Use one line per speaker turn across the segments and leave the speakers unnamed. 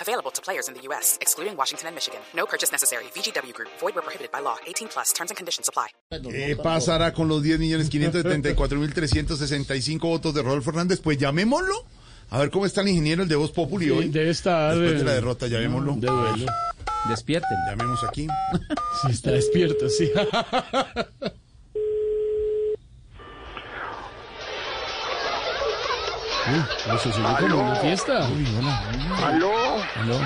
Available to players in the U.S., excluding Washington and Michigan. No purchase necessary. VGW Group, void were prohibited by law. 18 plus terms and conditions apply.
¿Qué pasará con los 10.534.365 votos de Rodolfo Hernández? Pues llamémoslo. A ver cómo está el ingeniero, el de Voz Populi hoy.
Debe estar.
Después de la
eh,
derrota, llamémoslo.
de duelo.
Despierten.
Llamemos aquí.
Sí, está despierto, sí. Uy, eso sigue como una fiesta. Uy, hola.
Aló,
Aló.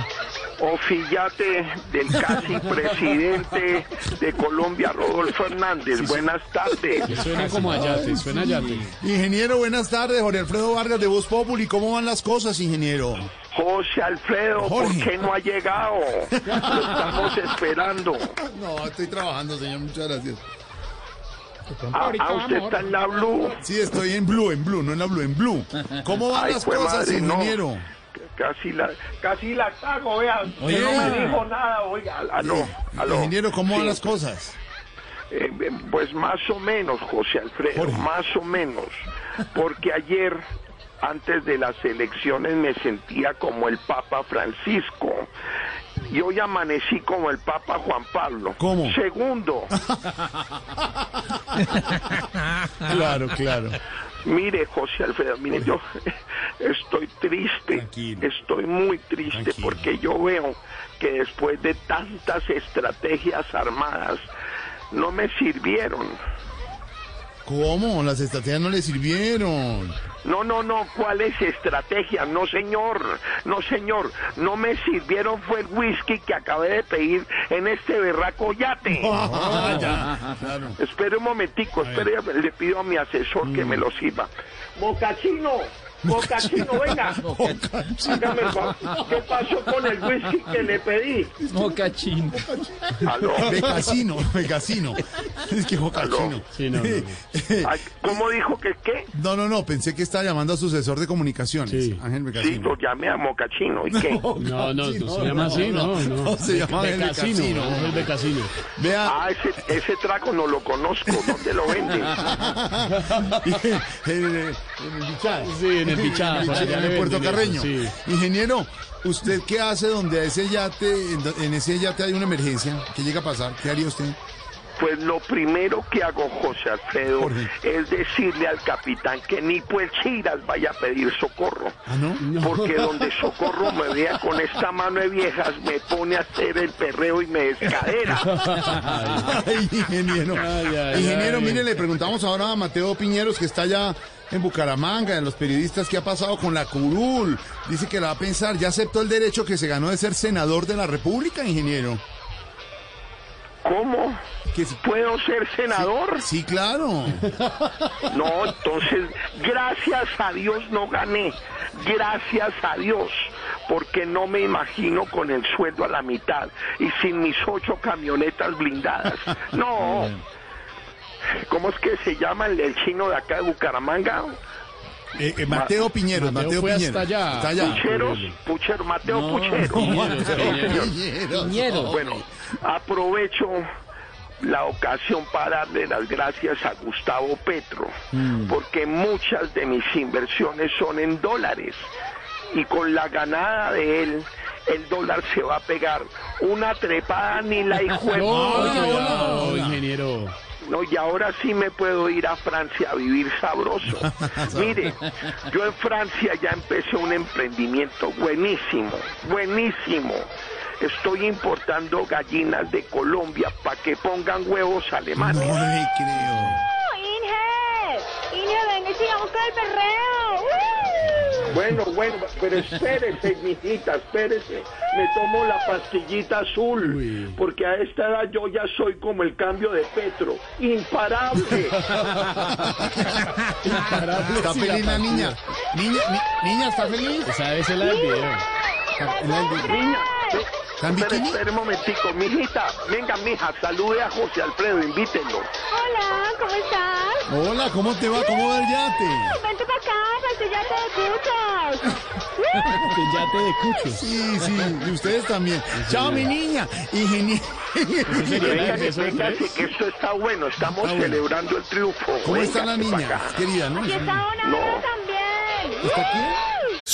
ofillate del casi presidente de Colombia, Rodolfo Hernández. Buenas tardes.
Suena como a yate, suena a yate.
Ingeniero, buenas tardes. Jorge Alfredo Vargas de Voz Populi. ¿Cómo van las cosas, ingeniero?
José Alfredo, ¿por
Jorge.
qué no ha llegado? Lo estamos esperando.
No, estoy trabajando, señor. Muchas gracias.
Ah, ah, usted está en la Blue.
Sí, estoy en Blue, en Blue, no en la Blue, en Blue. ¿Cómo van
Ay,
las
fue
cosas,
madre, no.
ingeniero?
Casi la, casi la cago, vean.
Oye.
No me dijo nada, oiga. Aló, aló.
Ingeniero, ¿cómo van
Sí,
las cosas?
Eh, eh, pues más o menos, José Alfredo,
Jorge.
más o menos, porque ayer, antes de las elecciones, me sentía como el Papa Francisco y hoy amanecí como el Papa Juan Pablo.
¿Cómo?
Segundo,
Claro, claro.
mire, José Alfredo, mire, yo estoy triste,
Tranquilo.
estoy muy triste
Tranquilo.
porque yo veo que después de tantas estrategias armadas, no me sirvieron.
¿Cómo? Las estrategias no le sirvieron.
No, no, no, ¿cuál es estrategia? No, señor, no, señor, no me sirvieron fue el whisky que acabé de pedir en este berraco yate.
Ah, ya, claro.
Espere un momentico, espere, le pido a mi asesor que me lo sirva. Mocachino, Mocachino, venga. Hágame el favor, ¿Qué pasó con el whisky que le pedí?
Mocachín.
Aló.
Becasino, becasino. Es que bocachino.
Sí, no, no, no.
Ay, ¿Cómo dijo que qué?
No, no, no, pensé que estaba llamando a su asesor de comunicaciones,
Sí.
Ángel
Sí,
Becasino.
lo llamé a Mocachino, ¿y qué?
No, no, no se llama así, no, no.
No, se llama
de,
el
casino.
casino.
no, es de casino.
Vea,
Ah, ese, ese trago no lo conozco, ¿dónde lo venden?
en el, en el Bichada.
Sí, en el Bichada, por allá
en el
le
Puerto
venden
Carreño.
eso, sí.
Ingeniero, ¿usted qué hace donde a ese yate, en, do- en ese yate hay una emergencia? ¿Qué llega a pasar? ¿Qué haría usted?
Pues lo primero que hago, José Alfredo,
Jorge.
es decirle al capitán que ni pues chiras vaya a pedir socorro.
Ah, ¿no?
Porque donde socorro me vea con esta mano de viejas, me pone a hacer el perreo y me descadera.
Ay, ingeniero.
Ay, ay,
ingeniero,
ay.
mire, le preguntamos ahora a Mateo Piñeros, que está allá en Bucaramanga, en los periodistas, ¿qué ha pasado con la curul? Dice que la va a pensar, ¿ya aceptó el derecho que se ganó de ser senador de la República, ingeniero?
¿Cómo?
Que sí,
¿Puedo ser senador?
sí, claro.
No, entonces, gracias a Dios no gané. Gracias a Dios. Porque no me imagino con el sueldo a la mitad y sin mis ocho camionetas blindadas. No. ¿Cómo es que se llama el, el chino de acá de Bucaramanga?
Eh, eh, Mateo Piñeros, Mateo,
Mateo fue
Piñeros.
hasta allá.
Está allá.
Pucheros, Puchero, Mateo
No,
Puchero.
Piñeros,
Sí,
Piñeros.
señor.
Piñeros.
Piñeros.
Bueno, aprovecho la ocasión para darle las gracias a Gustavo Petro,
Mm.
porque muchas de mis inversiones son en dólares y con la ganada de él, el dólar se va a pegar una trepada ni la
Pues,
hijo de-
No, cuidado, ingeniero.
no, y ahora sí me puedo ir a Francia a vivir sabroso. Mire, yo en Francia ya empecé un emprendimiento buenísimo, buenísimo. Estoy importando gallinas de Colombia para que pongan huevos
No
alemanes.
le creo.
Inge, Inge, venga y sigamos con el perreo.
Bueno, bueno, pero espérese, mijita, espérese. Me tomo la pastillita azul,
Uy.
porque a esta edad yo ya soy como el cambio de Petro, imparable.
¿Está feliz la niña? Niña, ni- niña, ¿está feliz?
Esa es la del video.
El- el-
Niña,
mujer.
¿Tan
Pero
bikini?
espere un momentico, mijita, venga mija, salude a José Alfredo, invítenlo.
Hola, ¿cómo estás?
Hola, ¿cómo te va? ¿Cómo va el yate?
Vente para acá, para que ya te escuchas.
Que ya te de cuchos.
Sí, sí, y ustedes también. Chao, mi niña. Ingeniero.
Venga,
Eso es
venga,
tres.
que esto está bueno, estamos
bueno.
celebrando el triunfo.
¿Cómo está la
Véngase pa'
niña?
acá.
Querida, ¿no?
Y está
No.
Donaldo también.
¿Está quién?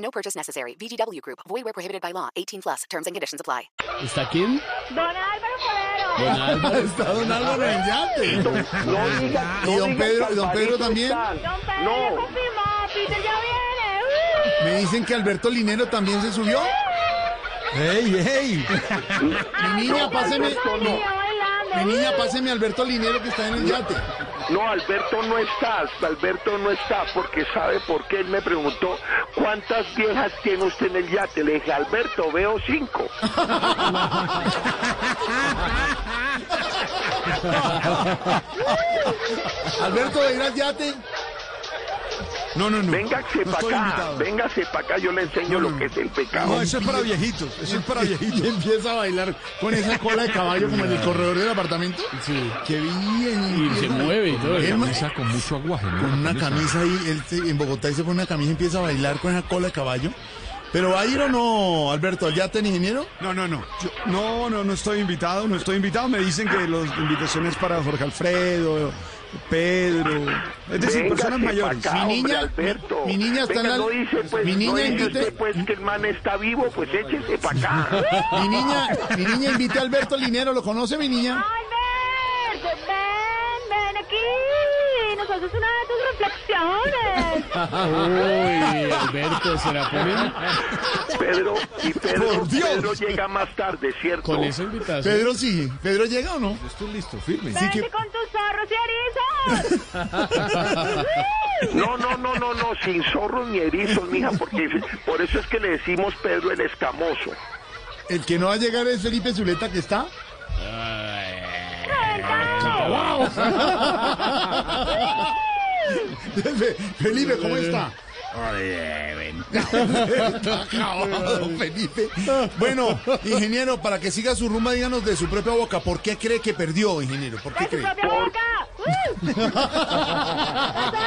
No purchase necessary. VGW Group. Void where prohibited by law. 18 plus. Terms and conditions apply.
¿Está quién?
Don Álvaro
Don
Forero.
Álvaro.
Está don Álvaro en el yate.
No diga- no
¿Y don
diga
Pedro-
que
y don Pedro
Alvarito
también?
está.
Don Pedro ya
No,
confirmó, Peter ya viene.
Me dicen que Alberto Linero también se subió. ¡Ey, ey! Mi niña, páseme.
Alberto
Uh,
no.
yo bailando.
Mi niña, páseme a Alberto Linero que está en el yate.
No, Alberto no está, hasta Alberto no está, porque sabe por qué él me preguntó cuántas viejas tiene usted en el yate. Le dije, Alberto, veo cinco.
Alberto, ¿va a ir al yate? No, no, no.
Véngase
No
para
estoy
acá,
invitado.
véngase para acá, yo le enseño lo que es el pecado.
No, eso es para viejitos, eso es para viejitos. Y empieza a bailar con esa cola de caballo como en el corredor del apartamento. Sí. Qué bien.
Y se mueve y todo.
Él ma-
con mucho aguaje,
con una camisa ahí, él se- en Bogotá y se pone una camisa y empieza a bailar con esa cola de caballo. Pero va a ir o no, Alberto, al yate, el ingeniero?
No, no, no. Yo- no, no, no estoy invitado, no estoy invitado. Me dicen que las invitaciones para Jorge Alfredo, Pedro, es decir, personas
Véngase pa'
mayores.
acá,
Mi
hombre,
niña-
Alberto.
mi- mi niña está en
Venga,
la-
no dice, pues,
mi
no
niña
dice
invite-
usted, pues, que el man está vivo, pues échese para acá.
Mi niña, mi niña invita a Alberto Linero, ¿lo conoce mi niña?
Alberto, ven, ven aquí. Nos haces una de tus reflexiones.
Uy, Alberto, ¿se la ponen
Pedro, y Pedro,
Por Dios.
Pedro llega más tarde, ¿cierto?
con esa invitación?
Pedro sí, Pedro llega o no?
Estoy listo, firme.
Sí,
Vente
que-
con tus zorros y erizos.
No, no, no, no, no, sin zorros ni erizos, mija, porque por eso es que le decimos Pedro el escamoso.
El que no va a llegar es Felipe Zuleta que está.
Ah,
Fe- Felipe, ¿cómo está? Está acabado, Felipe. Bueno, ingeniero, para que siga su rumba, díganos de su propia boca, ¿por qué cree que perdió, ingeniero? ¿Por qué
¡De su
cree?
propia boca!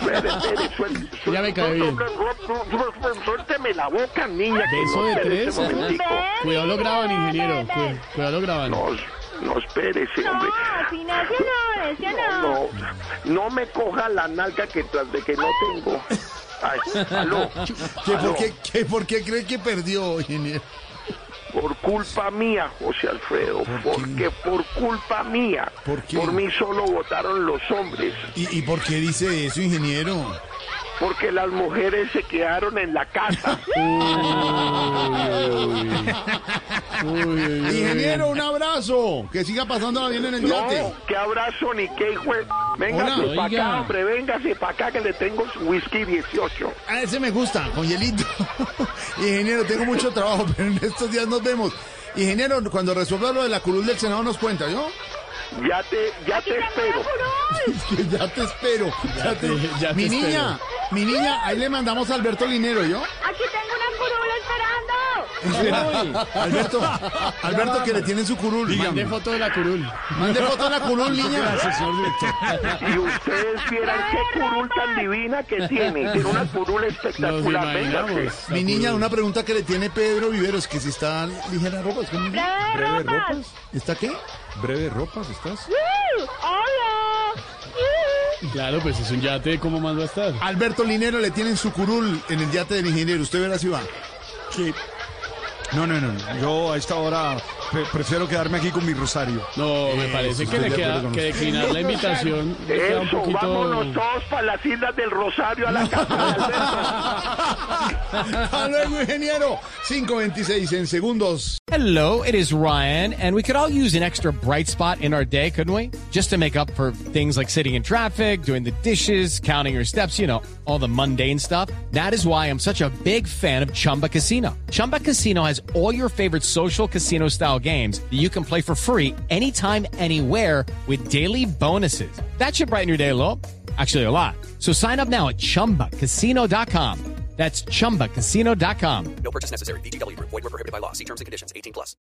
¡Uh!
Espere, espere, Pues, suel- suel-
Ya me cae
no,
bien.
no, no, no, no, no, Suélteme la boca, niña. que
¿Beso
no,
de
espere
tres?
ese momentico.
Ven,
Cuidado lo graban,
ven,
ingeniero.
ven, ven.
cu- Cuidado lo graban.
No, no, espere ese
No,
hombre.
si no, si no, si no.
No, no me coja la nalga que tras de que no tengo. Ay, aló,
¿Que
aló.
por, qué, que por qué cree que perdió, ingeniero?
Por culpa mía, José Alfredo, porque por culpa mía,
¿Por qué?
por mí solo votaron los hombres.
¿Y, y por qué dice eso, ingeniero?
Porque las mujeres se quedaron en la casa.
Ingeniero, un abrazo. Que siga pasándola bien en el yate.
No, qué abrazo ni qué hijo. de- Véngase
Hola,
para
oiga.
acá, hombre, véngase para acá que le tengo su whisky 18.
A ese me gusta, con hielito. Ingeniero, tengo mucho trabajo, pero en estos días nos vemos. Ingeniero, cuando resuelva lo de la curul del Senado nos cuenta, ¿yo?
Ya te, ya te espero.
Que ya te espero. Ya te-
te- ya te
mi
espero.
niña, mi niña, ahí le mandamos a Alberto Linero, ¿yo?
Aquí tengo una curula esperando.
Alberto, Alberto, que le tienen su curul.
Mande foto de la curul.
Mande, mande foto a la curul, niña.
Y ustedes vieran qué curul tan divina que tiene. Tiene una curul
Nos
espectacular. Véngase.
pues.
imaginamos.
Mi
la
niña,
curul.
una pregunta que le tiene Pedro Viveros, que si está ligera ropa, es como-
¡Breve ropas!
¿está qué?
¿Breve ropas estás?
¡Uh! ¡Hola! ¡Uh!
Claro, pues es un yate, ¿cómo más va a estar?
Alberto Linero le tienen su curul en el yate del ingeniero. Usted verá si va.
No, no, no. Yo a esta hora
Pre- prefiero quedarme aquí con mi rosario.
No, me parece que
Eh,
le
estoy de acuerdo
queda
con
que
usted.
declinar la invitación. le queda un
Eso, vámonos
poquito.
todos para las Islas del Rosario a la casa de Alberto.
Hasta luego, ingeniero. 5.26 en segundos.
Hello, it is Ryan, and we could all use an extra bright spot in our day, couldn't we? Just to make up for things like sitting in traffic, doing the dishes, counting your steps, you know, all the mundane stuff. That is why I'm such a big fan of Chumba Casino. Chumba Casino has all your favorite social casino style games that you can play for free anytime, anywhere with daily bonuses. That should brighten your day a little. Actually, a lot. So sign up now at chumbacasino.com. That's chumbacasino.com.
No purchase necessary. VGW Group. Void where prohibited by law. See terms and conditions. 18 plus.